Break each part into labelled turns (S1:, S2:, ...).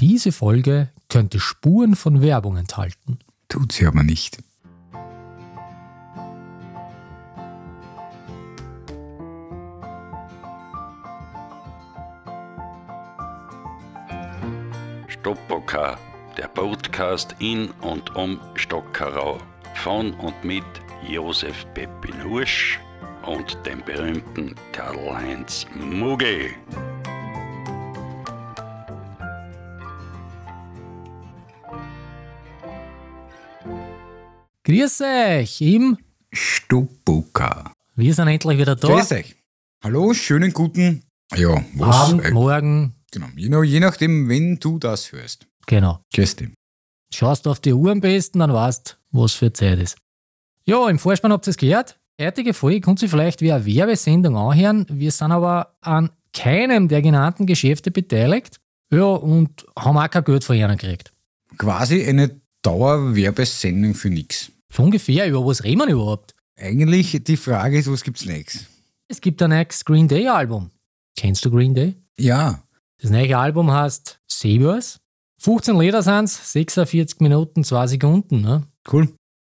S1: Diese Folge könnte Spuren von Werbung enthalten.
S2: Tut sie aber nicht.
S3: Stoppoka, der Podcast in und um Stockerau. Von und mit Josef Peppin Hursch und dem berühmten Karl-Heinz Mugge.
S1: Grüß euch im.
S2: Stubuka.
S1: Wir sind endlich wieder da.
S2: Grüß euch. Hallo, schönen guten. Ja, was?
S1: Abend,
S2: äh,
S1: morgen.
S2: genau. Je, nach- je nachdem, wenn du das hörst.
S1: Genau.
S2: Grüß dich.
S1: Schaust du auf die Uhr am besten, dann weißt was für Zeit ist. Ja, im Vorspann habt ihr es gehört. Heutige Folge könnt ihr vielleicht wie eine Werbesendung anhören. Wir sind aber an keinem der genannten Geschäfte beteiligt. Ja, und haben auch kein Geld von ihnen gekriegt.
S2: Quasi eine Dauerwerbesendung für nichts.
S1: So ungefähr, über was reden wir denn überhaupt?
S2: Eigentlich die Frage ist, was gibt's nächstes?
S1: Es gibt ein neues Green Day Album. Kennst du Green Day?
S2: Ja,
S1: Das neue Album heißt Sabers. 15 Lieder sind's, 46 Minuten, 2 Sekunden. Ne?
S2: cool.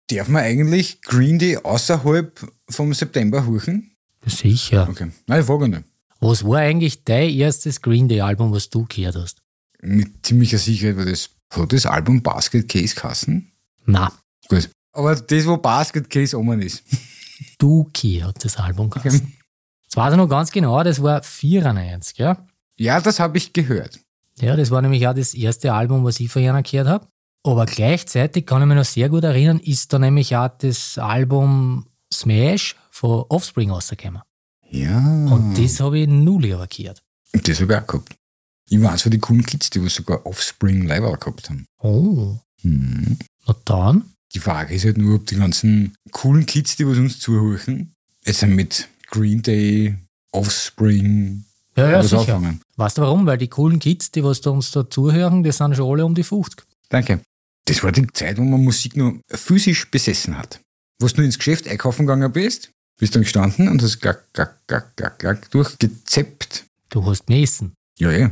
S2: Darf man eigentlich Green Day außerhalb vom September huchen?
S1: Sicher.
S2: Okay. Nein, folgende.
S1: Was war eigentlich dein erstes Green Day Album, was du gehört hast?
S2: Mit ziemlicher Sicherheit war das. Hat das Album Basket Case Kassen?
S1: Na,
S2: Gut. Aber das, wo Basket Case oben ist.
S1: Dookie hat das Album geheißen. Das weiß ich noch ganz genau, das war 94, ja?
S2: Ja, das habe ich gehört.
S1: Ja, das war nämlich auch das erste Album, was ich von ihnen gehört habe. Aber gleichzeitig kann ich mich noch sehr gut erinnern, ist da nämlich auch das Album Smash von Offspring rausgekommen.
S2: Ja.
S1: Und das habe ich null Jahre gehört.
S2: Das habe ich auch gehabt. Ich war eins von den coolen Kids, die was sogar Offspring live auch gehabt haben.
S1: Oh,
S2: Hm.
S1: na dann.
S2: Die Frage ist halt nur, ob die ganzen coolen Kids, die was uns zuhören, jetzt sind mit Green Day, Offspring,
S1: Ja, ja,
S2: was
S1: sicher.
S2: anfangen.
S1: Weißt du warum? Weil die coolen Kids, die was da uns da zuhören, die sind schon alle um die 50.
S2: Danke. Das war die Zeit, wo man Musik nur physisch besessen hat. Wo du nur ins Geschäft einkaufen gegangen bist, bist dann gestanden und hast gack, gack, gack, gack, gack durchgezeppt.
S1: Du hast Messen.
S2: Ja, ja.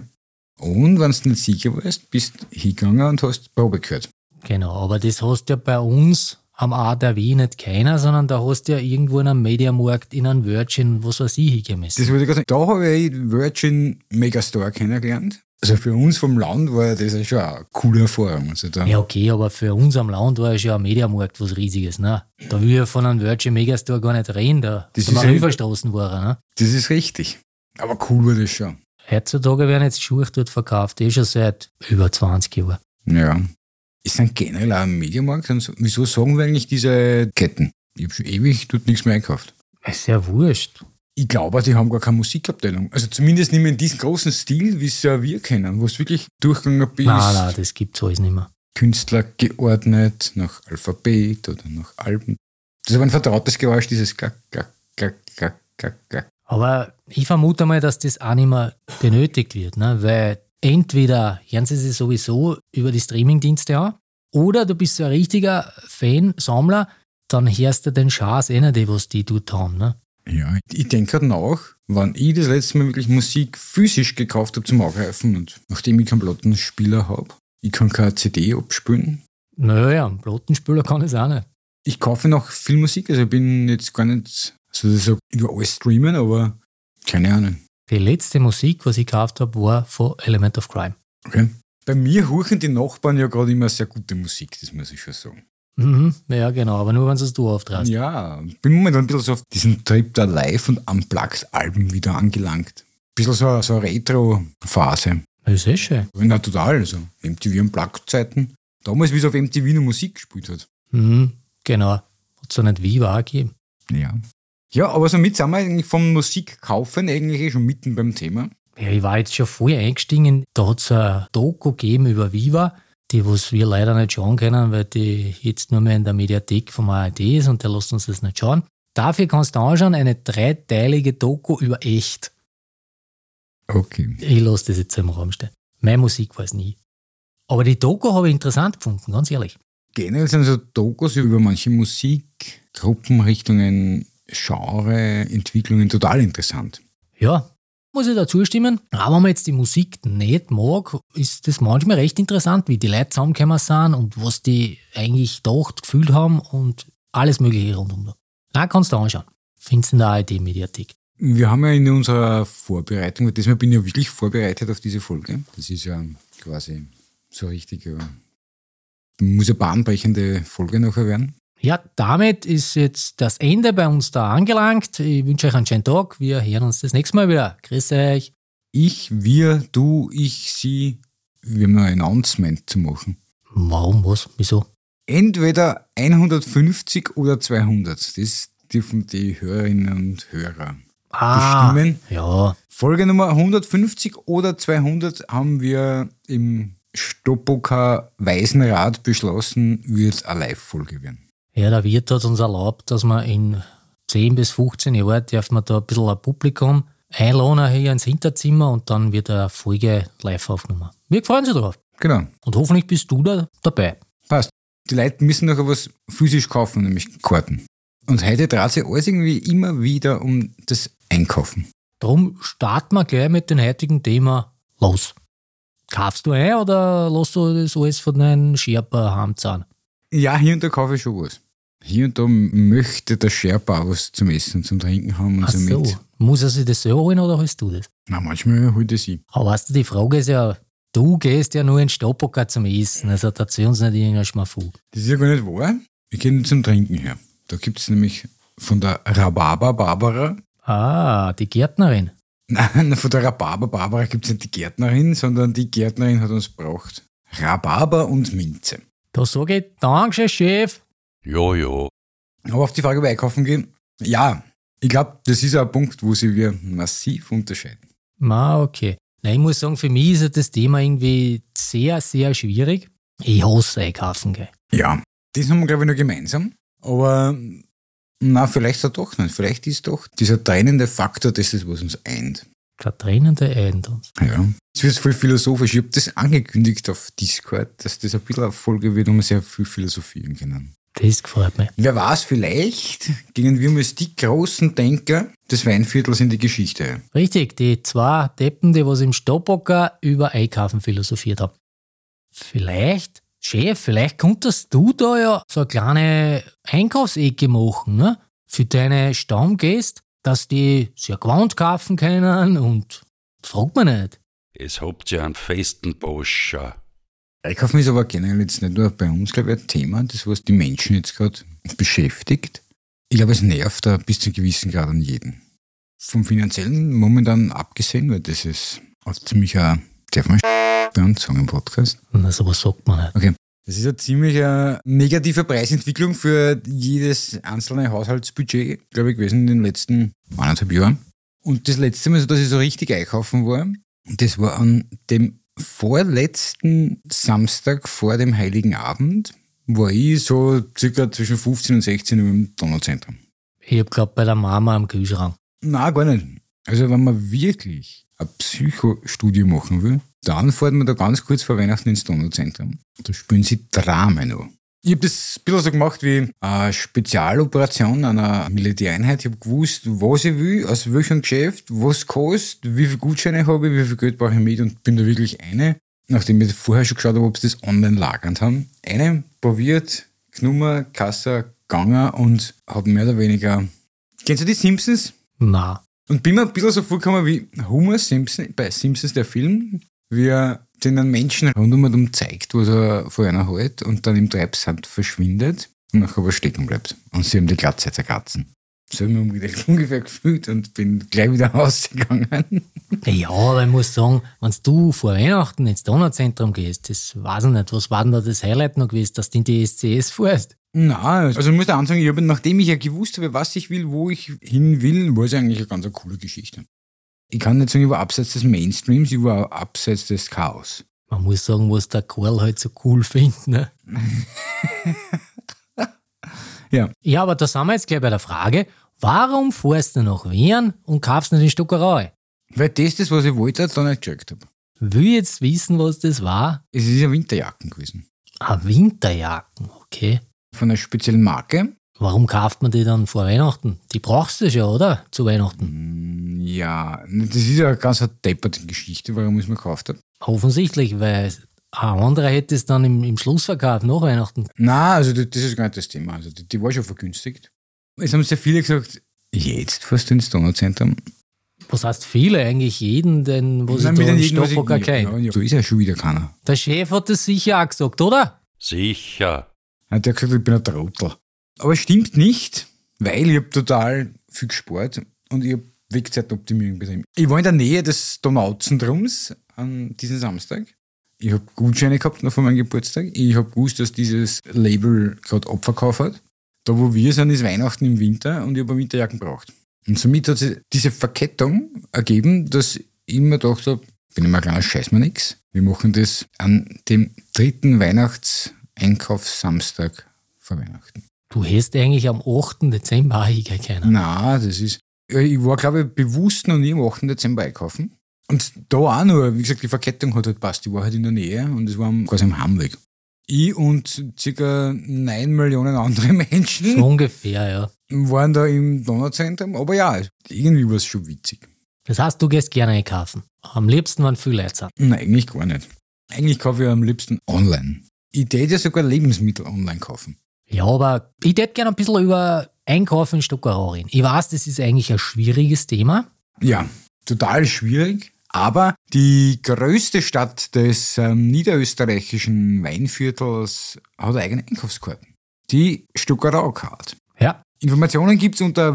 S2: Und wenn du nicht sicher warst, bist hingegangen und hast Probe gehört.
S1: Genau, aber das hast ja bei uns am ADW nicht keiner, sondern da hast du ja irgendwo in einem Mediamarkt, in einem Virgin, was weiß ich, hingemessen.
S2: Das würde ich gerade sagen. Da habe ich Virgin Megastore kennengelernt. Also für uns vom Land war das ja schon eine coole Erfahrung. Also da,
S1: Ja, okay, aber für uns am Land war ja schon ein Mediamarkt was Riesiges. Ne? Da will ich von einem Virgin Megastore gar nicht reden, da
S2: Das
S1: sind
S2: ist
S1: wir
S2: ja-
S1: Hilferstraßen waren. Ne?
S2: Das ist richtig. Aber cool war das schon.
S1: Heutzutage werden jetzt Schuhe dort verkauft, eh schon seit über 20 Jahren.
S2: Ja. Ist dann generell auch ein Mediamarkt? Und so- wieso sagen wir eigentlich diese Ketten? Ich habe schon ewig dort nichts mehr einkauft.
S1: Ist ja wurscht.
S2: Ich glaube, die haben gar keine Musikabteilung. Also zumindest nicht mehr in diesem großen Stil, wie es ja wir kennen, wo es wirklich durchgegangen bist.
S1: Nein, nein, das gibt's alles nicht mehr.
S2: Künstler geordnet, nach Alphabet oder nach Alben. Das ist aber ein vertrautes Geräusch, dieses Gack, Gack, Gack, Gack, Gack, Gack.
S1: Aber ich vermute mal, dass das auch nicht mehr benötigt wird, ne? weil entweder hören sie sich sowieso über die Streamingdienste an oder du bist so ein richtiger Fan, Sammler, dann hörst du den Schaß eh nicht, was die dort haben. Ne?
S2: Ja, ich denke gerade nach, wann ich das letzte Mal wirklich Musik physisch gekauft habe zum Aufgreifen und nachdem ich keinen Plattenspieler habe, ich kann keine CD abspülen.
S1: Naja, ein Plattenspüler kann es auch nicht.
S2: Ich kaufe noch viel Musik, also ich bin jetzt gar nicht sozusagen über alles streamen, aber keine Ahnung.
S1: Die letzte Musik, was ich gekauft habe, war von Element of Crime.
S2: Okay. Bei mir huchen die Nachbarn ja gerade immer sehr gute Musik, das muss ich schon sagen.
S1: Mhm, ja, genau, aber nur wenn es du auftreibst.
S2: Ja, ich bin momentan ein bisschen so auf diesen Trip der Live- und Unplugged-Alben wieder angelangt. Ein bisschen so, so eine Retro-Phase.
S1: Das ist eh schön.
S2: Na, total. Also MTV Unplugged-Zeiten. Damals, wie es auf MTV nur Musik gespielt hat.
S1: Mhm, genau. Hat es nicht Viva auch gegeben.
S2: Ja. Ja, aber somit sind wir eigentlich vom Musikkaufen eigentlich eh schon mitten beim Thema.
S1: Ja, ich war jetzt schon voll eingestiegen. Da hat es ein Doku gegeben über Viva, die was wir leider nicht schauen können, weil die jetzt nur mehr in der Mediathek vom ARD ist und der lässt uns das nicht schauen. Dafür kannst du anschauen, eine dreiteilige Doku über echt.
S2: Okay.
S1: Ich lasse das jetzt im Raum stehen. Meine Musik war es nie. Aber die Doku habe ich interessant gefunden, ganz ehrlich.
S2: Generell sind so Dokus über manche Musik, Gruppenrichtungen, Genre, Entwicklungen total interessant.
S1: Ja, Muss ich dazu stimmen. Aber wenn man jetzt die Musik nicht mag, ist das manchmal recht interessant, wie die Leute zusammengekommen sind und was die eigentlich gedacht, gefühlt haben und alles Mögliche rundum. da. Na, kannst du anschauen. Findest du in der ARD-Mediathek.
S2: Wir haben ja in unserer Vorbereitung, und deswegen bin ich ja wirklich vorbereitet auf diese Folge. Das ist ja quasi so richtig, äh, muss eine bahnbrechende Folge nachher werden.
S1: Ja, damit ist jetzt das Ende bei uns da angelangt. Ich wünsche euch einen schönen Tag. Wir hören uns das nächste Mal wieder. Grüß euch.
S2: Ich, wir, du, ich, sie, wir haben ein Announcement zu machen.
S1: Warum, was, wieso?
S2: Entweder 150 oder 200. Das dürfen die Hörerinnen und Hörer bestimmen.
S1: Ah, Ja,
S2: Folge Nummer 150 oder 200 haben wir im Stoppoker Weisenrad beschlossen, wird eine Live-Folge werden.
S1: ja, der Wirt hat uns erlaubt, dass man in 10 bis 15 Jahren darf man da ein bisschen ein Publikum einladen hier ins Hinterzimmer und dann wird eine Folge live aufgenommen. Wir freuen uns drauf.
S2: Genau,
S1: Und hoffentlich bist du da dabei.
S2: passt. Die Leute müssen nachher was physisch kaufen, nämlich Karten. Und heute dreht sich alles irgendwie immer wieder um das Einkaufen.
S1: Darum starten wir gleich mit dem heutigen Thema los. Kaufst du ein oder lässt du das alles von deinen Sherpa heimzahlen?
S2: Ja, hier und da kaufe ich schon was. Hier und da möchte der Sherpa auch was zum Essen, zum Trinken haben und
S1: Ach
S2: so
S1: so,
S2: mit.
S1: muss er sich das selber holen oder holst du das?
S2: Na, manchmal holt er sie.
S1: Aber weißt du, die Frage ist ja, du gehst ja nur in Stoppocker zum Essen, also da zieh uns nicht irgendein Schmafu.
S2: Das ist ja gar nicht wahr. Wir gehen zum Trinken her. Da gibt es nämlich von der Rhabarber Barbara.
S1: Ah, die Gärtnerin.
S2: Nein, von der Rhabarber Barbara gibt es nicht die Gärtnerin, sondern die Gärtnerin hat uns gebracht. Rhabarber und Minze.
S1: Da sage ich, Dankeschön, Chef.
S3: Jojo,
S2: Aber auf die Frage, ob einkaufen gehen. Ja, ich glaube, das ist auch ein Punkt, wo sie wir massiv unterscheiden.
S1: Na, okay. Nein, ich muss sagen, für mich ist ja das Thema irgendwie sehr, sehr schwierig. Ich hasse einkaufen, gell.
S2: Ja. Das haben wir, glaube ich, nur gemeinsam. Aber hm, na, vielleicht auch doch nicht. Vielleicht ist doch dieser trennende Faktor, das ist, was uns eint.
S1: Da drinnen der eint uns.
S2: Ja. Jetzt wird voll philosophisch. Ich habe das angekündigt auf Discord, dass das ein bisschen eine Folge wird, wo wir sehr viel philosophieren können.
S1: Das gefällt mir.
S2: Wer weiß, vielleicht gingen wir mal die großen Denker des Weinviertels in die Geschichte.
S1: Richtig, die zwei Deppen, die was im Stoppocker über Einkaufen philosophiert haben. Vielleicht, Chef, vielleicht konntest du da ja so eine kleine Einkaufsecke machen, ne? Für deine Stammgäste, dass die sehr gewohnt kaufen können und fragt man nicht.
S3: es habt ja einen festen Boscher.
S2: Einkaufen ist aber generell jetzt nicht nur bei uns, glaube ich, ein Thema, das was die Menschen jetzt gerade beschäftigt. Ich glaube, es nervt da bis zu einem gewissen Grad an jeden. Vom Finanziellen momentan abgesehen, weil das ist auch ziemlich ein, darf man bei uns sagen im Podcast.
S1: Na, sowas sagt man nicht.
S2: Das ist eine ziemlich äh, negative Preisentwicklung für jedes einzelne Haushaltsbudget, glaube ich, gewesen in den letzten anderthalb Jahren. Und das letzte Mal, so dass ich so richtig einkaufen war, das war an dem vorletzten Samstag vor dem Heiligen Abend, war ich so circa zwischen 15 und 16 Uhr im Donauzentrum.
S1: Ich hab glaub bei der Mama am Kühlschrank.
S2: Na gar nicht. Also wenn man wirklich eine Psychostudie machen will, dann fährt man da ganz kurz vor Weihnachten ins Donauzentrum. Da spielen sie Drama noch. Ich habe das ein bisschen so gemacht wie eine Spezialoperation einer Militäreinheit. Ich habe gewusst, was ich will, aus welchem Geschäft, was kostet, wie viele Gutscheine habe ich, wie viel Geld brauche ich mit und bin da wirklich eine, nachdem ich vorher schon geschaut habe, ob sie das online lagernd haben, eine probiert, Knummer, Kassa, Ganger und habe mehr oder weniger... Kennst du die Simpsons?
S1: Na,
S2: Und bin mir ein bisschen so vorgekommen wie Homer Simpson bei Simpsons der Film, wie er den einen Menschen rundum und um zeigt, was er vor einer hält und dann im Treibsand verschwindet und nachher aber stecken bleibt. Und sie haben die Glatze zerkratzen. So habe ich mich umgedacht, ungefähr gefühlt und bin gleich wieder rausgegangen.
S1: ja, aber ich muss sagen, wenn du vor Weihnachten ins Donauzentrum gehst, das weiß ich nicht, was war denn da das Highlight noch gewesen, dass du in die SCS fährst?
S2: Na, also ich muss da ansagen, ich habe, nachdem ich ja gewusst habe, was ich will, wo ich hin will, war es eigentlich eine ganz eine coole Geschichte. Ich kann nicht sagen, ich war abseits des Mainstreams, ich war abseits des Chaos.
S1: Man muss sagen, was der Karl halt so cool findet. Ne?
S2: Ja.
S1: Ja, aber da sind wir jetzt gleich bei der Frage, warum fährst du nach Wien und kaufst nicht in Stuckerei?
S2: Weil das das, was ich wollte, dann nicht gekriegt habe.
S1: Will jetzt wissen, was das war?
S2: Es ist ja Winterjacken gewesen.
S1: Ah, Winterjacken, okay.
S2: Von einer speziellen Marke.
S1: Warum kauft man die dann vor Weihnachten? Die brauchst du ja, oder? Zu Weihnachten.
S2: Mm, Ja, das ist ja eine ganz eine depperte Geschichte, warum ich es mir gekauft habe.
S1: Offensichtlich, weil ein anderer hätte es dann im, im Schlussverkauf nach Weihnachten.
S2: Na, also das das ist gar nicht das Thema. Also die, die war schon vergünstigt. Es haben sehr viele gesagt, jetzt fährst du ins Donauzentrum.
S1: Was heißt viele? Eigentlich jeden, den, wo sie da
S2: Nein, mit den
S1: im
S2: jeden, was ich-
S1: Stockhock
S2: ja,
S1: kein.
S2: ja, ja. So ist ja schon wieder keiner.
S1: Der Chef hat das sicher auch gesagt, oder?
S3: Sicher.
S2: Hat der gesagt, ich bin ein Trottel. Aber stimmt nicht, weil ich habe total viel Sport und ich habe Wegzeitoptimierung betrieben. Ich war in der Nähe des Donauzentrums an diesem Samstag. Ich habe Gutscheine gehabt noch von meinem Geburtstag. Ich habe gewusst, dass dieses Label gerade Abverkauf hat. Da, wo wir sind, ist Weihnachten im Winter und ich habe eine Winterjacken gebraucht. Und somit hat sich diese Verkettung ergeben, dass ich immer gedacht habe, bin immer kleiner Scheiß mir nix. Wir machen das an dem dritten Weihnachtseinkaufssamstag vor Weihnachten.
S1: Du hättest eigentlich am 8. Dezember auch gar keiner.
S2: Na, das ist. Ich war, glaube ich, bewusst noch nie am 8. Dezember einkaufen. Und da auch nur, wie gesagt, die Verkettung hat halt passt. Ich war halt in der Nähe und es war am- quasi am Heimweg. Ich und circa 9 Millionen andere Menschen.
S1: So ungefähr, ja.
S2: waren da im Donauzentrum, aber ja, irgendwie war es schon witzig.
S1: Das heißt, du gehst gerne einkaufen. Am liebsten, wenn viele Leute sind.
S2: Nein, eigentlich gar nicht. Eigentlich kaufe ich am liebsten online. Ich täte ja sogar Lebensmittel online kaufen.
S1: Ja, aber ich hätte gerne ein bisschen über Einkaufen in Stuckerau reden. Ich weiß, das ist eigentlich ein schwieriges Thema.
S2: Ja, total schwierig, aber die größte Stadt des ähm, niederösterreichischen Weinviertels hat eigene Einkaufskarten. Die Stuckerau-Card.
S1: Ja.
S2: Informationen gibt's unter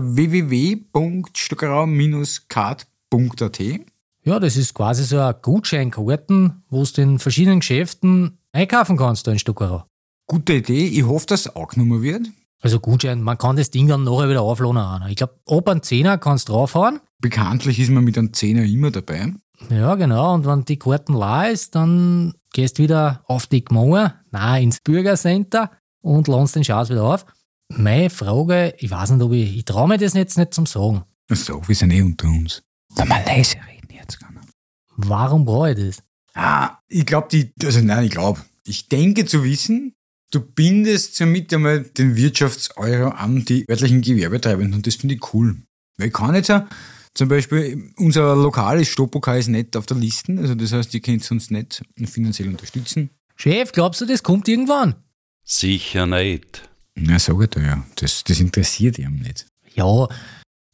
S2: www.stuckerau-card.at.
S1: Ja, das ist quasi so ein Gutscheinkarten, wo du in verschiedenen Geschäften einkaufen kannst da in Stuckerau.
S2: Gute Idee, ich hoffe, dass es angenommen wird.
S1: Also Gutschein, man kann das Ding dann nachher wieder aufladen. auch. Ich glaube, ab einem Zehner kannst du draufhauen.
S2: Bekanntlich ist man mit einem Zehner immer dabei.
S1: Ja, genau. Und wenn die Karten leer ist, dann gehst du wieder auf die Gmauer, nein, ins Bürgercenter und lahnst den Schatz wieder auf. Meine Frage, ich weiß nicht, ob ich, ich traue mir das jetzt nicht zum Sagen.
S2: Ach So, wir sind eh unter uns. Kann man leise reden jetzt gar nicht.
S1: Warum brauche ich das?
S2: Ah, ich glaube, die, also nein, ich glaube, ich denke zu wissen, du bindest somit einmal den Wirtschaftseuro an die örtlichen Gewerbetreibenden und das finde ich cool. Weil ich kann jetzt ja, zum Beispiel, unser lokales Stoppoka ist nicht auf der Liste, also das heißt, ihr könnt uns nicht finanziell unterstützen.
S1: Chef, glaubst du, das kommt irgendwann?
S3: Sicher nicht.
S2: Na, sag ich da ja, das, das interessiert ihm nicht.
S1: Ja,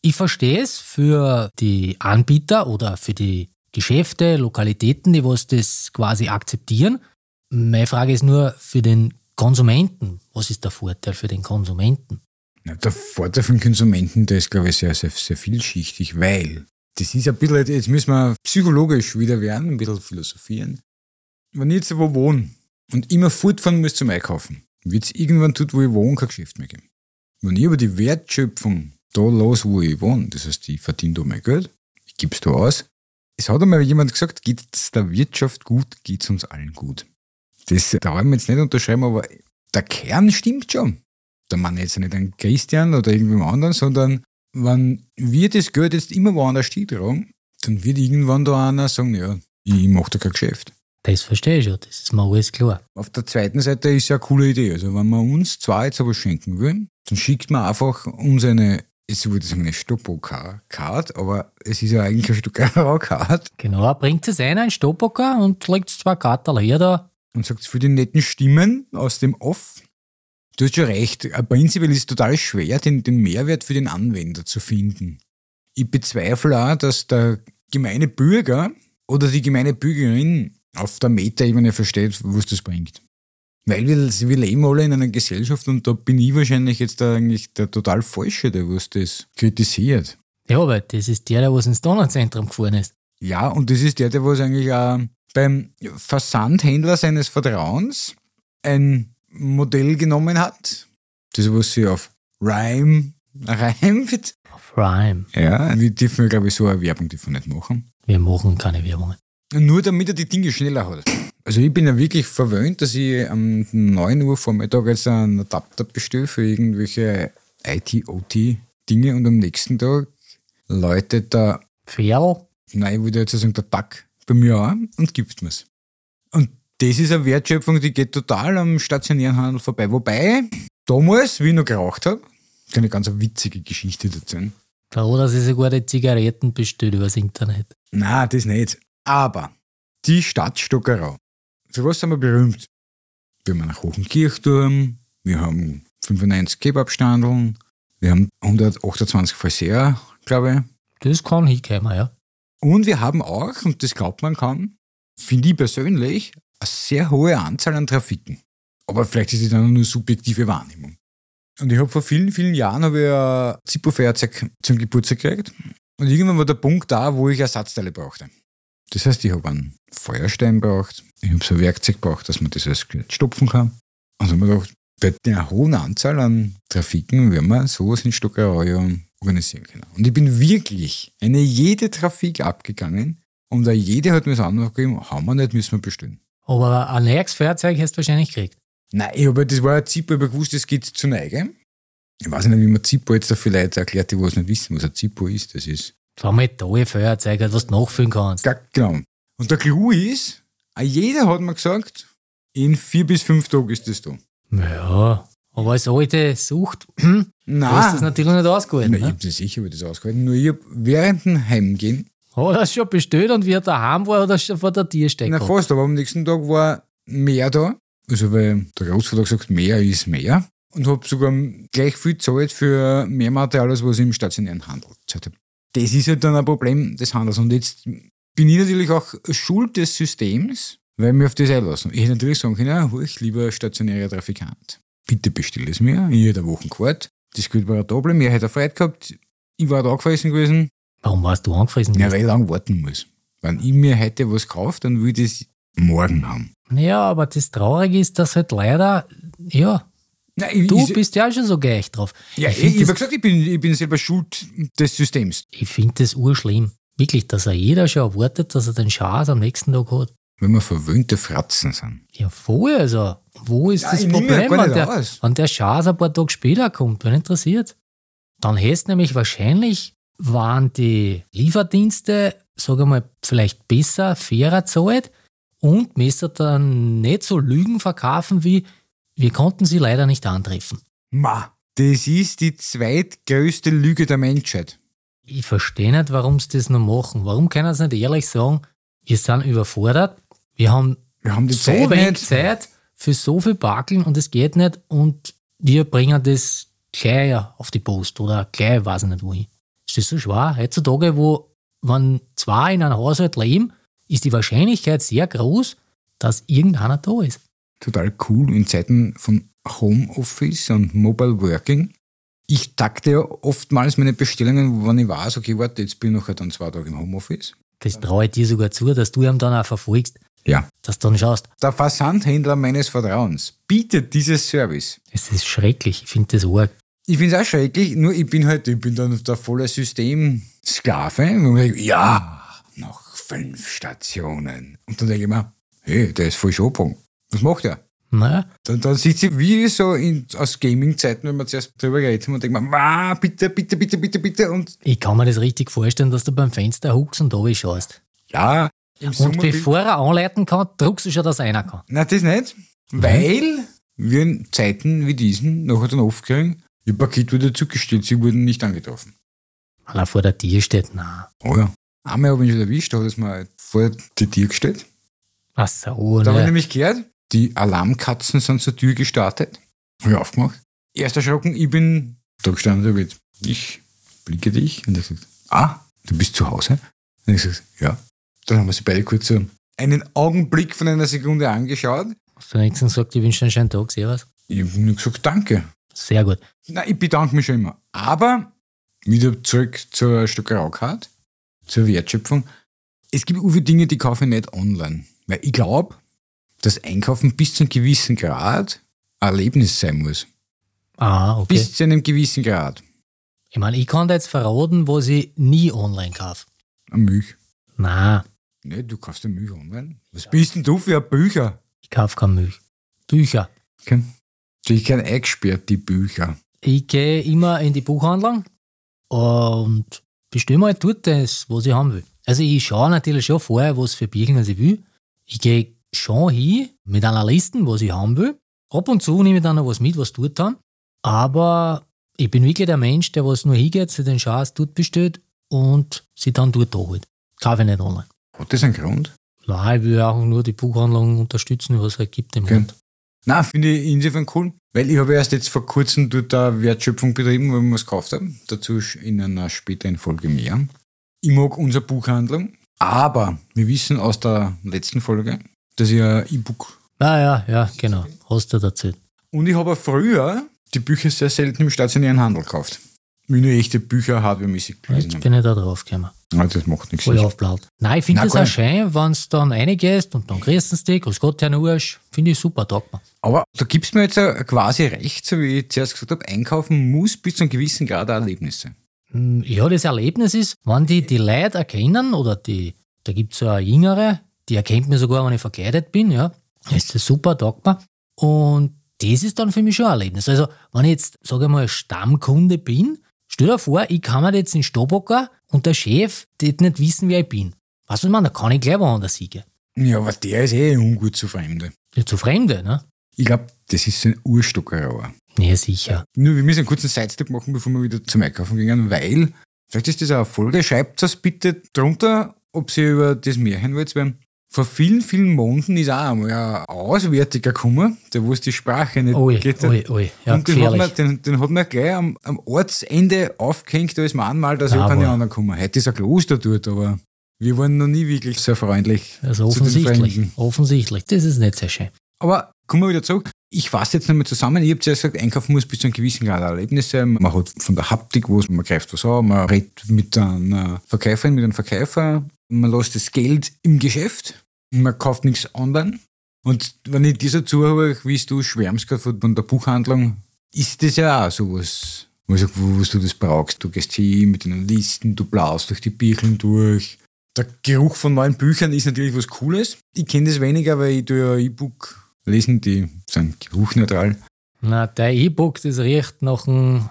S1: ich verstehe es für die Anbieter oder für die Geschäfte, Lokalitäten, die was das quasi akzeptieren. Meine Frage ist nur für den Konsumenten. Was ist der Vorteil für den Konsumenten?
S2: Na, der Vorteil von Konsumenten, der ist, glaube ich, sehr, sehr, sehr vielschichtig, weil das ist ein bisschen, jetzt müssen wir psychologisch wieder werden, ein bisschen philosophieren. Wenn ich jetzt wo wohne und immer fortfahren muss zum Einkaufen, wird es irgendwann tut, wo ich wohne, kein Geschäft mehr geben. Wenn ich aber die Wertschöpfung da los, wo ich wohne, das heißt, ich verdiene da mein Geld, ich gebe es da aus. Es hat einmal jemand gesagt, geht es der Wirtschaft gut, geht es uns allen gut. Das darf ich mir jetzt nicht unterschreiben, aber der Kern stimmt schon da meine ich jetzt nicht an Christian oder irgendwem anderen, sondern wenn wir das Geld jetzt immer woanders hintragen, dann wird irgendwann da einer sagen, ja, ich mache da kein Geschäft.
S1: Das verstehe ich schon, das ist mir alles klar.
S2: Auf der zweiten Seite ist ja eine coole Idee. Also wenn man uns zwei jetzt aber schenken will, dann schickt man einfach uns eine, ich würde sagen eine Stoppo-Card, aber es ist ja eigentlich eine Stoppo-Card
S1: Genau, bringt es ein, ein Stopocker und legt zwei Karten her da.
S2: und sagt für die netten Stimmen aus dem Off. Du hast schon recht, äh, prinzipiell ist es total schwer, den, den Mehrwert für den Anwender zu finden. Ich bezweifle auch, dass der gemeine Bürger oder die gemeine Bürgerin auf der Metaebene versteht, was das bringt. Weil wir, wir leben alle in einer Gesellschaft und da bin ich wahrscheinlich jetzt da eigentlich der total Falsche, der was das kritisiert.
S1: Ja, aber das ist der, der was ins Donauzentrum gefahren ist.
S2: Ja, und das ist der, der was eigentlich auch beim Versandhändler seines Vertrauens ein Modell genommen hat. Das, was sie auf Rhyme reimt.
S1: Auf Prime.
S2: Ja, wir dürfen, glaube ich, so eine Werbung dürfen wir nicht machen.
S1: Wir machen keine Werbung.
S2: Nur damit er die Dinge schneller hat. Also ich bin ja wirklich verwöhnt, dass ich am 9 Uhr Vormittag jetzt einen Adapter bestelle für irgendwelche IT-OT-Dinge und am nächsten Tag läutet der
S1: Pferl?
S2: nein, ich würde jetzt sagen, der Tack bei mir auch und gibt mir's. Und das ist eine Wertschöpfung, die geht total am stationären Handel vorbei. Wobei, damals, wie ich noch geraucht habe, Kann eine ganz witzige Geschichte dazu sein.
S1: Da oder sie sogar die Zigaretten bestellt übers Internet.
S2: Na, das nicht. Aber die Stadt Stockerau. Für was sind wir berühmt? Wir haben einen Hochenkirchturm, wir haben 95 Kebabstandeln, wir haben 128 Friseur, glaube
S1: Das kann hinkommen, ja.
S2: ich. Und wir haben auch, und das glaubt man kaum, finde ich persönlich, eine sehr hohe Anzahl an Trafiken. Aber vielleicht ist das dann nur subjektive Wahrnehmung. Und ich habe vor vielen, vielen Jahren habe ich ein Zippo-Feuerzeug zum Geburtstag gekriegt. Und irgendwann war der Punkt da, wo ich Ersatzteile brauchte. Das heißt, ich habe einen Feuerstein braucht, ich habe so ein Werkzeug braucht, dass man das alles gut stopfen kann. Und dann habe ich mir gedacht, bei der hohen Anzahl an Trafiken werden wir sowas in Stockerau ja organisieren können. Und ich bin wirklich eine jede Trafik abgegangen und da jede hat mir so Anruf gegeben, haben wir nicht, müssen wir bestellen.
S1: Aber ein neues Fahrzeug hast du wahrscheinlich gekriegt.
S2: Nein, ich habe, das war ja Zippo, ich habe gewusst, das geht zu Neige. Ich weiß nicht, wie man Zippo jetzt da vielleicht erklärt, die was nicht wissen, was ein Zippo ist. Das ist
S1: So ein Metallfeuerzeug, was du nachfüllen kannst.
S2: Ga- Genau. Und der Clou ist, auch jeder hat mir gesagt, in vier bis fünf Tagen ist das da.
S1: Ja, aber als alte Sucht, hm, da ist das
S2: Nein,
S1: natürlich nicht
S2: Nein,
S1: ausgehalten.
S2: ich
S1: Ne?
S2: habe das sicher über das ausgehalten. Nur ich hab während dem Heimgehen,
S1: Hat er schon bestellt und wie er daheim war, hat er schon vor der Tür stehen
S2: na
S1: gehabt.
S2: fast, aber am nächsten Tag war mehr da. Also weil der Großvater gesagt, mehr ist mehr. Und habe sogar gleich viel gezahlt für mehr Material, als was ich im stationären Handel gezahlt hab. Das ist halt dann ein Problem des Handels. Und jetzt bin ich natürlich auch schuld des Systems, weil wir auf das einlassen. Ich hätte natürlich sagen können, ja, ich lieber stationärer Trafikant. Bitte bestell es mir. Ich hätte eine Woche gewartet. Das Geld war ein Problem. Ich hätte Freude gehabt. Ich war da angefressen gewesen.
S1: Warum warst du angefressen?
S2: Ja,
S1: Ja,
S2: weil ich lang warten muss. Wenn ich mir heute was kaufe, dann will ich das morgen haben.
S1: ja, aber das Traurige ist, dass halt leider, ja,
S2: Nein, ich,
S1: du
S2: ich,
S1: bist ja auch schon so gleich drauf.
S2: Ja,
S1: ich
S2: ich,
S1: find
S2: ich,
S1: das-
S2: hab gesagt, ich bin, ich bin selber schuld des Systems.
S1: Ich finde das urschlimm. Wirklich, dass er jeder schon erwartet, dass er den Schaß am nächsten Tag hat.
S2: Wenn wir verwöhnte Fratzen sind.
S1: Ja, voll, also. Wo ist
S2: Ja,
S1: das
S2: ich nehm
S1: Problem,
S2: ja gar
S1: wenn
S2: nicht
S1: der,
S2: aus.
S1: wenn der Schaß ein paar Tage später kommt, wenn interessiert? Dann hättest nämlich wahrscheinlich, waren die Lieferdienste, sage mal, vielleicht besser, fairer zahlt und müsste dann nicht so Lügen verkaufen wie, wir konnten sie leider nicht antreffen.
S2: Ma, das ist die zweitgrößte Lüge der Menschheit.
S1: Ich verstehe nicht, warum sie das noch machen. Warum können sie nicht ehrlich sagen, wir sind überfordert, wir haben
S2: Wir haben die
S1: so
S2: Zeit
S1: wenig
S2: nicht.
S1: Zeit für so viel Bakeln und es geht nicht und wir bringen das gleich auf die Post oder gleich weiß ich nicht wohin. Ist das so schwer? Heutzutage, wo wenn zwei in einem Haushalt leben, ist die Wahrscheinlichkeit sehr groß, dass irgendeiner da ist.
S2: Total cool in Zeiten von Homeoffice und Mobile Working. Ich takte ja oftmals meine Bestellungen, wenn ich weiß, okay, warte, jetzt bin ich nachher dann zwei Tage im Homeoffice.
S1: Das traue ich dir sogar zu, dass du ihm dann auch verfolgst,
S2: Ja.
S1: dass du dann schaust.
S2: Der Versandhändler meines Vertrauens bietet dieses Service.
S1: Es ist schrecklich, ich finde das arg.
S2: Ich finde es auch schrecklich, nur ich bin halt, ich bin dann der volle Systemsklave. Und ich, ja, noch fünf Stationen. Und dann denke ich mir, hey, der ist voll Schopung. Was macht er?
S1: Naja,
S2: Dann, dann sitze ich wie so in, aus Gaming-Zeiten, wenn wir zuerst drüber geredet haben und denke mir, wow, bitte, bitte, bitte, bitte, bitte. Und
S1: ich kann mir das richtig vorstellen, dass du beim Fenster huckst und da schaust.
S2: ja, im
S1: Und
S2: Sommer.
S1: bevor er anleiten kann, druckst du schon, dass einer kann.
S2: Nein, das nicht.
S1: Mhm.
S2: Weil wir in Zeiten wie diesen nachher dann oft kriegen, ihr Paket wurde zugestellt, sie wurden nicht angetroffen.
S1: Weil er vor der Tür steht, nein.
S2: Oh ja. Einmal habe ich ihn schon erwischt, da hat es mir halt vor die Tür gestellt.
S1: Ach so,
S2: Da habe ich
S1: ne?
S2: nämlich gehört, die Alarmkatzen sind zur Tür gestartet. Habe ich aufgemacht. Erst erschrocken, ich bin da gestanden, da wird ich blicke dich. Und er sagt, ah, du bist zu Hause? Und ich sage, ja. Dann haben wir sie beide kurz so einen Augenblick von einer Sekunde angeschaut.
S1: Hast du wenigstens gesagt, ich wünsche dir einen schönen Tag, servus.
S2: Ich habe nur gesagt, danke.
S1: Sehr gut.
S2: Na, ich bedanke mich schon immer. Aber wieder zurück zur Stockerau-Card, zur Wertschöpfung. Es gibt viele Dinge, die kaufe ich nicht online. Weil ich glaube, dass Einkaufen bis zu einem gewissen Grad ein Erlebnis sein muss.
S1: Ah, okay.
S2: Bis zu einem gewissen Grad.
S1: ich meine, ich kann dir jetzt verraten, was ich nie online kaufe.
S2: Ein Milch.
S1: Na,
S2: Ne, du kaufst eine Milch online? Was bist denn du für ein Bücher?
S1: ich kaufe kein Milch. Bücher.
S2: Okay. Die werden eingesperrt, die Bücher.
S1: Ich gehe immer in die Buchhandlung und bestelle mal dort das, was ich haben will. Also ich schaue natürlich schon vorher, was für Bücher ich will. Ich gehe schon hin mit einer Liste, was ich haben will. Ab und zu nehme ich dann noch was mit, was dort haben. Aber Ich bin wirklich der Mensch, der was nur hingeht, sich den Schatz dort bestellt und sie dann dort holt. Kaufe ich nicht online.
S2: Hat das einen Grund?
S1: Nein, ich will auch nur die Buchhandlung unterstützen, was es halt gibt im
S2: Okay.
S1: Land.
S2: Na, finde ich insofern cool, weil ich habe erst jetzt vor kurzem dort eine Wertschöpfung betrieben, weil wir es gekauft haben. Dazu sch- in einer späteren Folge mehr. Ich mag unsere Buchhandlung, aber wir wissen aus der letzten Folge, dass ich ein E-Book
S1: Naja, ja, genau. Hast du das erzählt.
S2: Und ich habe früher die Bücher sehr selten im stationären Handel gekauft. Wie nur echte Bücher hardwaremäßig gelesen
S1: Jetzt
S2: habe.
S1: bin ich da drauf gekommen.
S2: Nein, das macht nichts.
S1: Voll aufblaut. Nein, ich finde
S2: Nein,
S1: es
S2: gar
S1: auch
S2: nicht.
S1: schön, wenn du dann reingehst und dann grüßen sie dich, grüß Gott, Herr Ursch. Finde ich super, taugt mir.
S2: Aber du gibst mir jetzt äh, quasi recht, so wie ich zuerst gesagt habe, einkaufen muss bis zu einem gewissen Grad auch Erlebnisse.
S1: Mm, Ja, das Erlebnis ist, wenn die, die Leute erkennen, oder die, da gibt es ja eine jüngere, die erkennt mir sogar, wenn ich verkleidet bin, ja, ist das super, taugt mir. Und das ist dann für mich schon ein Erlebnis. Also, wenn ich jetzt, sage ich mal, Stammkunde bin, stell dir vor, ich kann mir jetzt in Stobocker und der Chef wird nicht wissen, wer ich bin. Weißt du, was ich meine? Da kann ich gleich woanders hingehen.
S2: Ja, aber der ist eh ungut zu Fremde.
S1: Ja, zu Fremde, ne?
S2: Ich glaube, das ist so ein Urstockerauer.
S1: Nee, sicher.
S2: Nur, wir müssen einen kurzen Sidestep machen, bevor wir wieder zum Einkaufen gehen, weil, vielleicht ist das auch eine Folge, schreibt das bitte drunter, ob Sie über das Märchen wollt, weil vor vielen, vielen Monaten ist auch einmal ein Auswärtiger gekommen, der wo es die Sprache nicht
S1: Ui,
S2: geht.
S1: ui, ui. Ja,
S2: und den hat,
S1: gefährlich.
S2: man, den, den hat man gleich am, am Ortsende aufgehängt als Mahnmal, dass
S1: Bravo.
S2: wir keine anderen kommen. Heute ist ein Kloster dort, aber wir waren noch nie wirklich so freundlich.
S1: Also
S2: zu den
S1: offensichtlich.
S2: Fremden.
S1: Offensichtlich. Das ist nicht sehr schön.
S2: Aber kommen wir wieder zurück. Ich fasse jetzt nochmal zusammen. Ich habe zuerst gesagt, einkaufen muss bis zu einem gewissen Grad ein Erlebnis sein. Man hat von der Haptik was, man greift was an, man redet mit einer Verkäuferin, mit einem Verkäufer, man lässt das Geld im Geschäft, man kauft nichts online. Und wenn ich dieser zuhöre, wie es du schwärmst gerade von von der Buchhandlung, ist das ja auch sowas, wo ich sag, wo wo du das brauchst. Du gehst hin mit den Listen, du blaust durch die Bicheln durch. Der Geruch von neuen Büchern ist natürlich was Cooles. Ich kenne das weniger, weil ich tue ja E-Book lesen, die sind geruchneutral.
S1: Na, der E-Book, das riecht nach einem.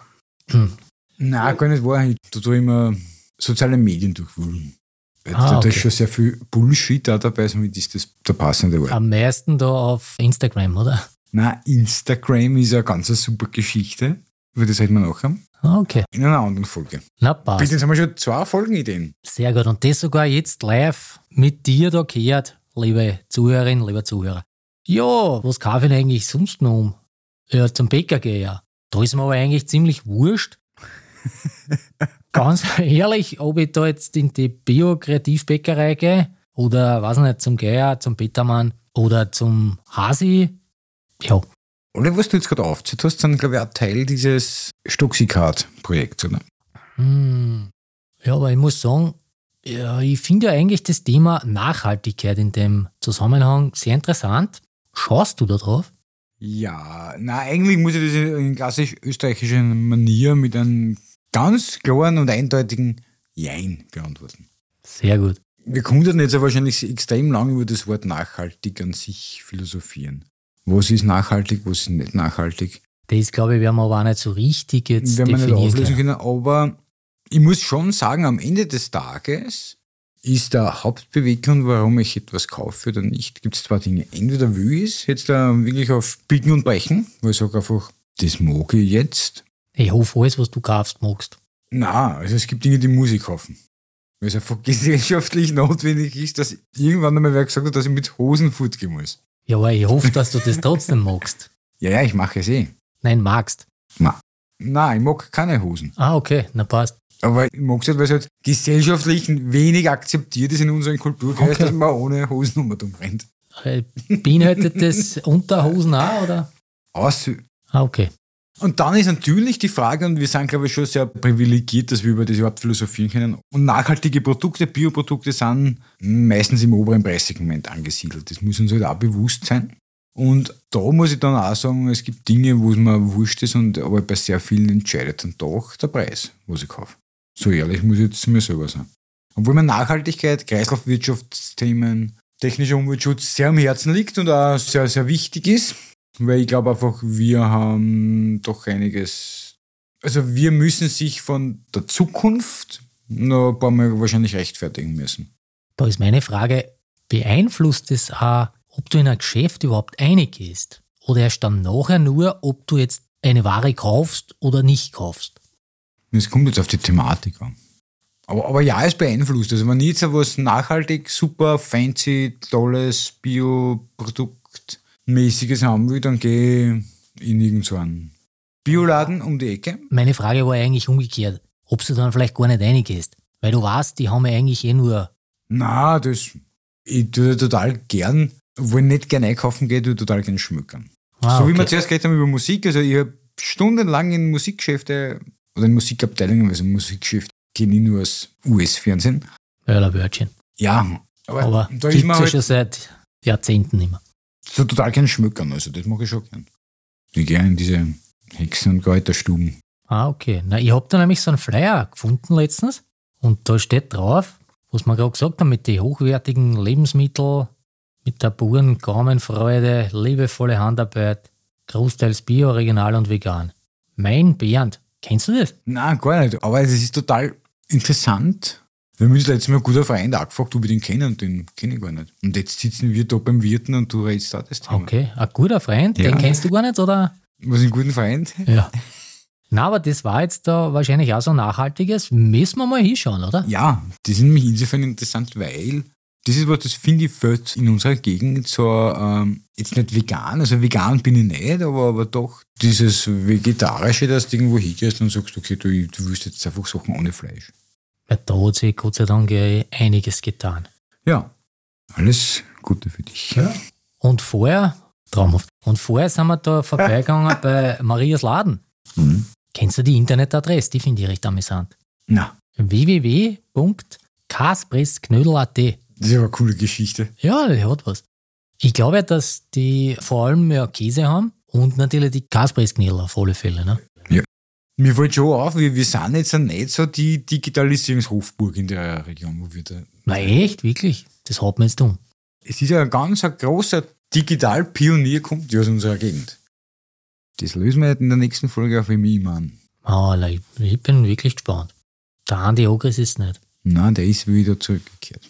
S2: Nein, gar nicht wahr. Ich tue immer soziale Medien durchwühlen. Weil
S1: Ah,
S2: da, da
S1: okay.
S2: ist schon sehr viel Bullshit da dabei, somit ist das der passende Wort.
S1: Am meisten da auf Instagram, oder?
S2: Nein, Instagram ist eine ganz super Geschichte. Über das hätten wir noch haben.
S1: Ah, Okay.
S2: In einer anderen Folge.
S1: Na,
S2: Bitte,
S1: passt.
S2: jetzt haben wir schon zwei Folgenideen.
S1: Sehr gut. Und das sogar jetzt live mit dir da gehört, liebe Zuhörerin, lieber Zuhörer. Ja, was kaufe ich denn eigentlich sonst noch um? Ja, zum Bäcker gehe ich ja. Da ist mir aber eigentlich ziemlich wurscht. Ganz ehrlich, ob ich da jetzt in die Bio-Kreativbäckerei gehe oder, weiß nicht, zum Geier, zum Petermann oder zum Hasi. Ja,
S2: Alle, was du jetzt gerade aufzählt hast, sind, glaube ich, auch Teil dieses Stuxicard-Projekts, oder?
S1: Hm. Ja, aber ich muss sagen, ja, ich finde ja eigentlich das Thema Nachhaltigkeit in dem Zusammenhang sehr interessant. Schaust du da drauf?
S2: Ja, na eigentlich muss ich das in- in klassisch österreichischer Manier mit einem ganz klaren und eindeutigen Jein beantworten.
S1: Sehr gut.
S2: Wir konnten jetzt ja wahrscheinlich extrem lang über das Wort nachhaltig an sich philosophieren. Was ist nachhaltig, was ist nicht nachhaltig?
S1: Das glaube ich, werden wir aber auch nicht so richtig jetzt
S2: Werden wir nicht
S1: definieren
S2: auflösen
S1: können.
S2: können, aber ich muss schon sagen, am Ende des Tages ist der Hauptbeweggrund, warum ich etwas kaufe oder nicht, gibt es zwei Dinge. Entweder will ich es jetzt da wirklich auf Biegen und Brechen, weil ich sage einfach, das mag ich jetzt.
S1: Ich hoffe, alles, was du kaufst, magst.
S2: Na, also es gibt Dinge, die muss ich kaufen. Weil es einfach gesellschaftlich notwendig ist, dass irgendwann einmal wer gesagt hat, dass ich mit Hosen Food gehen muss.
S1: Ja, aber ich hoffe, dass du das trotzdem magst.
S2: Ja, ja, ich mache es eh.
S1: Nein, magst.
S2: Nein, ich mag keine Hosen.
S1: Ah, okay, na passt.
S2: Aber ich mag es halt, weil es halt gesellschaftlich wenig akzeptiert ist in unserem Kulturkreis,
S1: Okay.
S2: dass man ohne Hosen um rennt.
S1: Äh, Beinhaltet das Unterhosen auch, oder?
S2: Aus.
S1: Ah, okay.
S2: Und dann ist natürlich die Frage, und wir sind, glaube ich, schon sehr privilegiert, dass wir über das überhaupt philosophieren können. Und nachhaltige Produkte, Bioprodukte sind meistens im oberen Preissegment angesiedelt. Das muss uns halt auch bewusst sein. Und da muss ich dann auch sagen, es gibt Dinge, wo es mir wurscht ist, und aber bei sehr vielen entscheidet dann doch der Preis, was ich kaufe. So ehrlich muss ich jetzt zu mir selber sein. Obwohl mir Nachhaltigkeit, Kreislaufwirtschaftsthemen, technischer Umweltschutz sehr am Herzen liegt und auch sehr, sehr wichtig ist. Weil ich glaube einfach, wir haben doch einiges. Also wir müssen sich von der Zukunft noch ein paar Mal wahrscheinlich rechtfertigen müssen.
S1: Da ist meine Frage, beeinflusst es auch, ob du in ein Geschäft überhaupt einig gehst? Oder erst dann nachher nur, ob du jetzt eine Ware kaufst oder nicht kaufst.
S2: Es kommt jetzt auf die Thematik an. Aber, aber ja, es beeinflusst. Also wenn ich jetzt so was nachhaltig, super, fancy, tolles Bio-Produkt-mäßiges haben will, dann gehe ich in irgendeinen Bioladen um die Ecke.
S1: Meine Frage war eigentlich umgekehrt, ob du dann vielleicht gar nicht reingehst. Weil du weißt, die haben ja eigentlich eh nur.
S2: Na, das, ich tue total gern, wo ich nicht gern einkaufen gehe, tue ich total gern schmökern.
S1: Ah,
S2: so wie wir
S1: okay.
S2: zuerst geredet haben über Musik, also ich habe stundenlang in Musikgeschäfte oder in Musikabteilungen, also Musikgeschäft, kenne ich nur aus US-Fernsehen.
S1: Hörler Wörtchen.
S2: Ja, aber,
S1: Aber
S2: da
S1: gibt's
S2: ist man
S1: ja
S2: halt
S1: schon seit Jahrzehnten immer.
S2: so total kein Schmökern, also das mache ich schon gern. Ich gehe in diese Hexen- und Kräuterstuben.
S1: Ah, okay. Na, ich hab da nämlich so einen Flyer gefunden letztens und da steht drauf, was wir gerade gesagt haben, mit den hochwertigen Lebensmitteln, mit der puren Gaumenfreude, liebevolle Handarbeit, großteils bio, regional und vegan. Mein Bernd, kennst du das?
S2: Nein, gar nicht, aber es ist total interessant. Wir haben uns letztes Mal ein guter Freund angefragt, ob wir den kennen, und den kenne ich gar nicht. Und jetzt sitzen wir da beim Wirten und du redest da das Thema.
S1: Okay, ein guter Freund,
S2: Ja.
S1: den kennst du gar nicht, oder?
S2: Was ein guten Freund?
S1: Ja. Na, aber das war jetzt da wahrscheinlich auch so ein nachhaltiges. Müssen wir mal hinschauen, oder?
S2: Ja, die sind nämlich insofern interessant, weil das ist was, das finde ich fällt in unserer Gegend so, ähm, jetzt nicht vegan, also vegan bin ich nicht, aber, aber doch dieses Vegetarische, dass du irgendwo hingehst und sagst, okay, du, du willst jetzt einfach Sachen ohne Fleisch.
S1: Weil da hat sich Gott sei Dank eh einiges getan.
S2: Ja, alles Gute für dich. Ja.
S1: Und vorher, traumhaft, und vorher sind wir da vorbeigegangen bei Marias Laden.
S2: Mhm.
S1: Kennst du die Internetadresse? Die finde ich recht amüsant.
S2: Na,
S1: www.kaspressknödel.at
S2: das ist aber eine coole Geschichte.
S1: Ja, die hat was. Ich glaube ja, dass die vor allem ja Käse haben und natürlich die Kaspressknödel auf alle Fälle. Ne?
S2: Mir fällt schon auf, wir, wir sind jetzt nicht so die Digitalisierungshofburg in der Region, wo wir da
S1: Na echt, wirklich? Das hat man jetzt um.
S2: Es ist ja ein ganz ein großer Digitalpionier, kommt ja aus unserer Gegend. Das lösen wir jetzt in der nächsten Folge auf EMI an.
S1: Ah, Alter, ich, ich bin wirklich gespannt. Der Andi Ogres ist nicht.
S2: Nein, der ist wieder zurückgekehrt.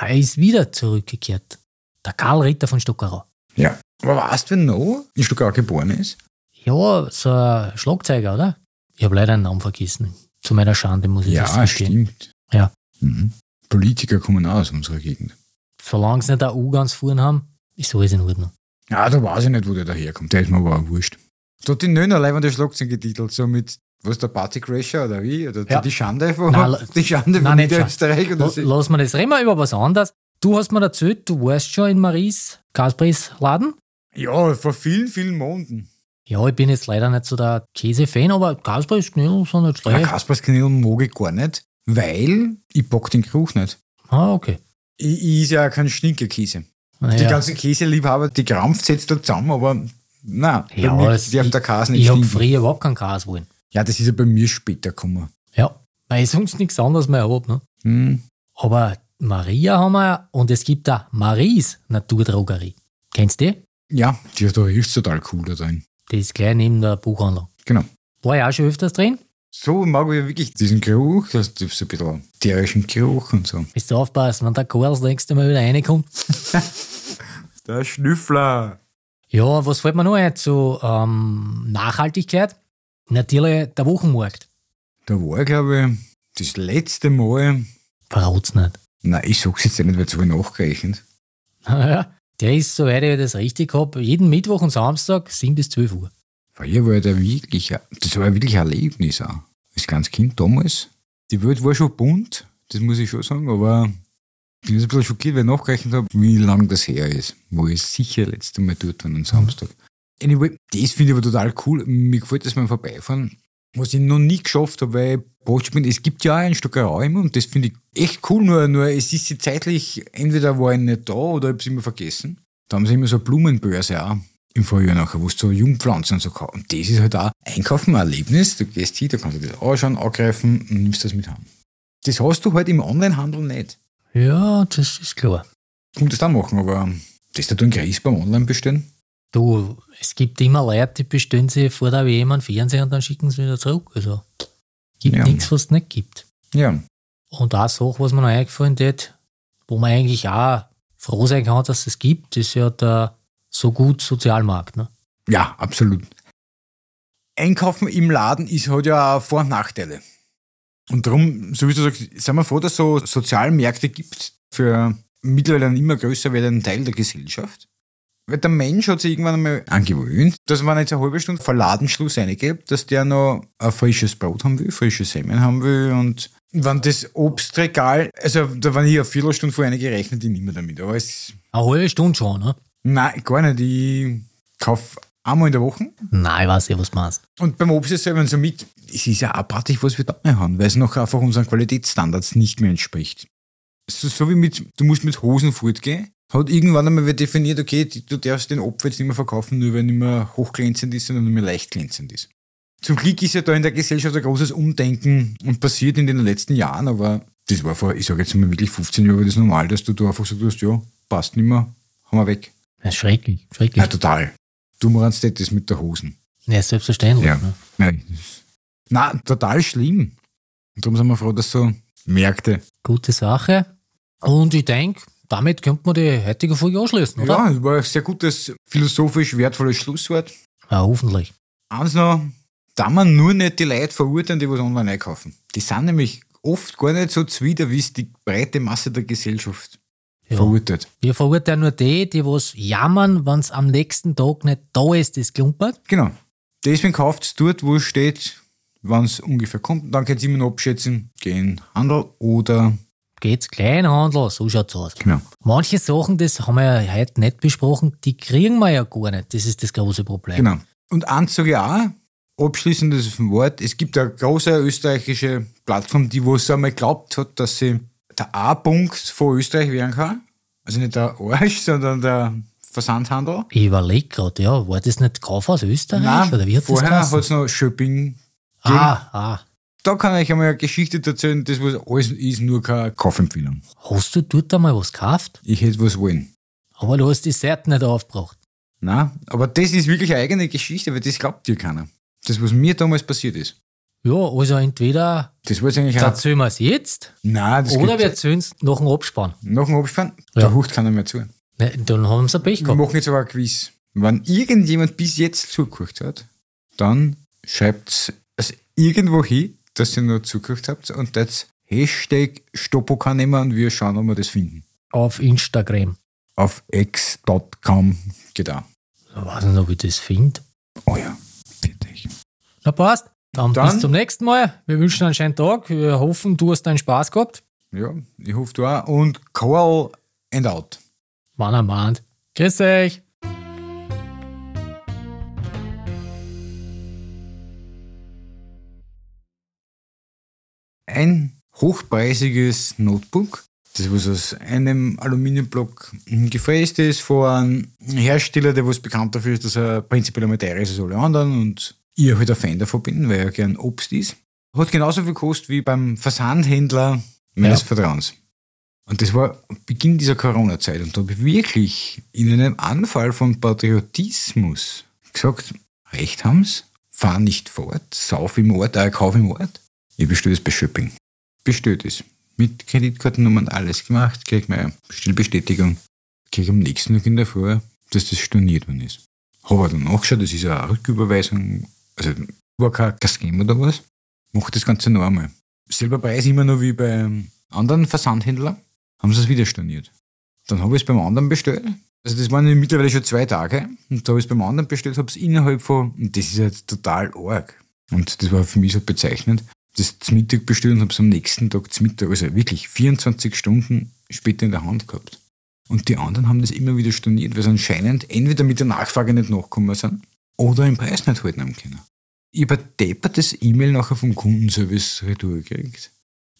S1: Er ist wieder zurückgekehrt. Der Karl Ritter von Stockerau.
S2: Ja. Aber weißt du, wer noch in Stuttgart geboren ist?
S1: Ja, so ein Schlagzeuger, oder? Ich habe leider einen Namen vergessen. Zu meiner Schande muss ich das
S2: ja,
S1: gestehen.
S2: stimmt.
S1: Ja.
S2: Mhm. Politiker kommen auch aus unserer Gegend.
S1: Solange sie nicht eine U ganz vorn haben, ist alles in Ordnung.
S2: Ja, da weiß ich nicht, wo der daherkommt. Der ist mir aber auch wurscht. Da hat die Nöner leider der Schlagzeug getitelt, so mit, was, der Partycrasher oder wie? Oder
S1: Ja.
S2: die Schande von,
S1: Nein,
S2: die Schande von
S1: nein, nicht
S2: Niederösterreich? Oder
S1: La-
S2: so?
S1: Lass mal das. Reden wir über was anderes. Du hast mir erzählt, du warst schon in Maries Gaspris Laden.
S2: Ja, vor vielen, vielen Monaten.
S1: Ja, ich bin jetzt leider nicht so der Käse-Fan, aber ne, Gaspris Knödel sind nicht
S2: Ja,
S1: schlecht.
S2: Kaspersknödel mag ich gar nicht, weil ich pack den Geruch nicht.
S1: Ah, okay.
S2: Ich, ich is ja kein Stinkerkäse. Die
S1: Naja,
S2: ganzen Käseliebhaber, die krampft jetzt da zusammen, aber na,
S1: Ja,
S2: bei mir
S1: es-
S2: darf der Käse nicht
S1: ich habe
S2: stinken.
S1: früher überhaupt keinen Gas wollen.
S2: ja, das ist ja bei mir später gekommen.
S1: Ja, weil ich sonst nichts anderes mehr habe. Ne?
S2: Hm.
S1: Aber Maria haben wir und es gibt da Maries Naturdrogerie. Kennst du die?
S2: Ja, die, da riecht total cool da drin.
S1: Die ist gleich neben der Buchhandlung.
S2: Genau.
S1: War ja auch schon öfters drin.
S2: So mag ich wirklich diesen Geruch, das ist so ein bisschen tierischen Geruch und so.
S1: Bist du aufpassen, wenn der Karl das nächste Mal wieder reinkommt.
S2: Der Schnüffler.
S1: Ja, was fällt mir noch ein zu ähm, Nachhaltigkeit? Natürlich der Wochenmarkt.
S2: Da war, glaube ich, das letzte Mal,
S1: Verrat's nicht.
S2: na, ich sag's jetzt nicht, weil es habe ich nachgerechnet.
S1: Naja, der ist, soweit ich das richtig habe, jeden Mittwoch und Samstag 7 bis 12 Uhr.
S2: Weil hier war der wirklich, ein- das war ja wirklich ein Erlebnis auch. Als kleines Kind damals. Die Welt war schon bunt, das muss ich schon sagen, aber ich bin jetzt ein bisschen schockiert, weil ich nachgerechnet habe, wie lang das her ist. Wo ich sicher letzte Mal dort war am Samstag. Anyway, das finde ich aber total cool. Mir gefällt das beim Vorbeifahren. Was ich noch nie geschafft habe, weil Botsch bin, es gibt ja auch ein Stockerau immer und das finde ich echt cool, nur, nur es ist sie zeitlich, entweder war ich nicht da oder ich habe es immer vergessen. Da haben sie immer so eine Blumenbörse auch im Vorjahr nachher, wo du so Jungpflanzen und so kaufst. Und das ist halt auch Einkaufen ein Erlebnis. Du gehst hin, da kannst du das anschauen, angreifen und nimmst das mit heim. Das hast du halt im Onlinehandel nicht.
S1: Ja, das ist klar.
S2: Du kannst das auch machen, aber das da du einen Gries beim Online bestellen?
S1: Du, es gibt immer Leute, die bestellen sie vor der WM einen Fernseher und dann schicken sie wieder zurück. Also, gibt
S2: Ja.
S1: nichts, was es nicht gibt.
S2: Ja.
S1: Und eine Sache, was mir noch eingefallen hat, wo man eigentlich auch froh sein kann, dass es gibt, ist ja der so gut Sozialmarkt. Ne?
S2: Ja, absolut. Einkaufen im Laden ist, hat ja auch Vor- und Nachteile. Und darum, so wie du sagst, sind wir froh, dass es so Sozialmärkte gibt für mittlerweile einen immer größer werdenden Teil der Gesellschaft. Weil der Mensch hat sich irgendwann einmal angewöhnt, dass man jetzt eine halbe Stunde vor Ladenschluss reingeht, dass der noch ein frisches Brot haben will, frische Semmeln haben will und wenn das Obstregal, also da waren hier eine Viertelstunde vorher gerechnet, ich nicht mehr damit. Aber es,
S1: Eine halbe Stunde schon, ne?
S2: nein, gar nicht. Ich kaufe einmal in der Woche
S1: Nein, ich weiß eh, was du meinst.
S2: und beim Obst ist es eben so mit, es ist ja abartig, was wir da mehr haben, weil es noch einfach unseren Qualitätsstandards nicht mehr entspricht. So, so wie mit, du musst mit Hosen fortgehen, hat irgendwann einmal wer definiert, okay, die- du darfst den Opfer jetzt nicht mehr verkaufen, nur weil er nicht mehr hochglänzend ist, sondern nur mehr leicht glänzend ist. Zum Glück ist ja da in der Gesellschaft ein großes Umdenken und passiert in den letzten Jahren, aber das war vor, ich sage jetzt mal wirklich 15 Jahre, war das normal, dass du da einfach so tust, ja, passt nicht mehr, haben wir weg.
S1: Das ist schrecklich, schrecklich.
S2: Ja, total. Du machst das mit der Hosen.
S1: Ja, selbstverständlich.
S2: Ja.
S1: Ne?
S2: Nein. Na, total schlimm. Und darum sind wir froh, dass so Märkte.
S1: Gute Sache. Und ich denke, damit könnte man die heutige Folge anschließen, oder?
S2: Ja, das war ein sehr gutes, philosophisch wertvolles Schlusswort.
S1: Ja, hoffentlich.
S2: Eins noch, da man nur nicht die Leute verurteilen, die was online einkaufen. Die sind nämlich oft gar nicht so zwider, wie es die breite Masse der Gesellschaft
S1: Ja.
S2: verurteilt.
S1: Wir verurteilen nur die, die was jammern, wenn es am nächsten Tag nicht da ist, das klumpert.
S2: Genau. Deswegen kauft es dort, wo es steht, wann es ungefähr kommt. Dann könnt ihr immer noch abschätzen, gehen Handel oder.
S1: Geht's Kleinhandel, so schaut's aus.
S2: Genau.
S1: Manche Sachen, das haben wir ja heute nicht besprochen, die kriegen wir ja gar nicht. Das ist das große Problem.
S2: Genau. Und eins sage ich auch, abschließendes Wort, es gibt eine große österreichische Plattform, die wo es einmal glaubt hat, dass sie der A-Punkt von Österreich werden kann. Also nicht der Arsch, sondern der Versandhandel.
S1: Ich überlege gerade, ja, war das nicht Kaufhaus Österreich? oder wie hat das
S2: vorher hat
S1: geheißen?
S2: es noch Shopping.
S1: Ah, ah.
S2: Da kann ich einmal eine Geschichte erzählen, das was alles ist, nur keine Kaufempfehlung.
S1: Hast du dort einmal was gekauft?
S2: Ich hätte was wollen.
S1: Aber du hast die Seite nicht aufgebracht.
S2: Na, aber das ist wirklich eine eigene Geschichte, weil das glaubt dir keiner. Das, was mir damals passiert ist.
S1: Ja, also entweder
S2: Das war jetzt eigentlich
S1: ja.
S2: auch.
S1: erzählen wir es jetzt
S2: Nein, das
S1: oder
S2: gibt's-
S1: wir erzählen es nach dem Abspann.
S2: Nach dem Abspann,
S1: Ja.
S2: da hucht keiner mehr zu.
S1: Ne, Dann haben sie Pech
S2: Wir
S1: gehabt.
S2: machen jetzt aber ein Quiz. Wenn irgendjemand bis jetzt zugehört hat, dann schreibt es irgendwo hin, dass ihr noch zugehört habt und das Hashtag Stopoka nehmen und wir schauen, ob wir das finden.
S1: Auf Instagram.
S2: Auf x.com geht auch.
S1: Ich weiß nicht, ob ich das finde.
S2: Genau. Oh ja, fertig.
S1: Na passt. Dann,
S2: Dann-
S1: bis zum nächsten Mal. Wir wünschen einen schönen Tag. Wir hoffen, du hast deinen Spaß gehabt.
S2: Ja, ich hoffe du auch. Und Call and out.
S1: Mann am Mann. Grüß euch.
S2: ein hochpreisiges Notebook, das was aus einem Aluminiumblock gefräst ist, von einem Hersteller, der was bekannt dafür ist, dass er prinzipiell einmal teurer ist als alle anderen und ich halt ein Fan davon bin, weil er gern Obst ist. Hat genauso viel gekostet wie beim Versandhändler meines
S1: Ja.
S2: Vertrauens. Und das war Beginn dieser Corona-Zeit und da habe ich wirklich in einem Anfall von Patriotismus gesagt, Recht haben's, fahr nicht fort, sauf im Ort, äh, kauf im Ort. Ich bestelle es bei Shopping. Bestellt es. Mit Kreditkartennummer und alles gemacht, krieg meine Bestellbestätigung. Krieg am nächsten Tag in der Früh, dass das storniert worden ist. Habe dann nachgeschaut, das ist eine Rücküberweisung, also war kein kein Scam oder was. Mach das Ganze noch einmal. Selber Preis immer noch wie beim anderen Versandhändler, haben sie es wieder storniert. Dann habe ich es beim anderen bestellt. Also das waren ja mittlerweile schon zwei Tage. Und da habe ich es beim anderen bestellt, habe es innerhalb von, und das ist ja total arg. Und das war für mich so bezeichnend, das zum Mittag bestellt und habe es am nächsten Tag zum Mittag, also wirklich 24 Stunden später in der Hand gehabt. Und die anderen haben das immer wieder storniert, weil sie anscheinend entweder mit der Nachfrage nicht nachgekommen sind oder im Preis nicht halten haben können. Ich habe ein deppertes E-Mail nachher vom Kundenservice retour gekriegt.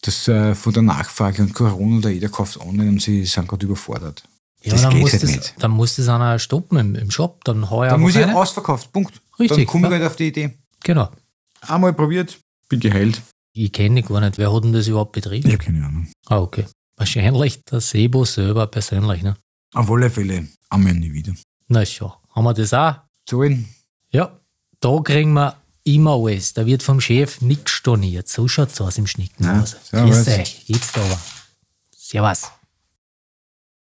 S2: Das äh, von der Nachfrage und Corona oder jeder kauft online und sie sind gerade überfordert.
S1: Ja,
S2: Das
S1: dann,
S2: geht
S1: muss
S2: halt
S1: das,
S2: nicht.
S1: dann muss das einer stoppen im, im Shop. Dann heuer
S2: Dann muss ich ausverkauft, Punkt.
S1: Richtig,
S2: Dann komme ich
S1: ja.
S2: halt auf die Idee.
S1: Genau.
S2: Einmal probiert, bin geheilt.
S1: Ich kenne gar nicht. Wer hat denn das überhaupt betrieben?
S2: Ich habe keine Ahnung.
S1: Ah, okay. Wahrscheinlich der Sebo selber persönlich, ne?
S2: Auf alle Fälle, einmal nie wieder.
S1: Na schon. Haben wir das auch?
S2: Zahlen,
S1: Ja. Da kriegen wir immer alles. Da wird vom Chef nichts storniert. So schaut's aus im Also,
S2: Na,
S1: Schnittenhaus.
S2: servus.
S1: Grüß euch. Jetzt aber. Servus.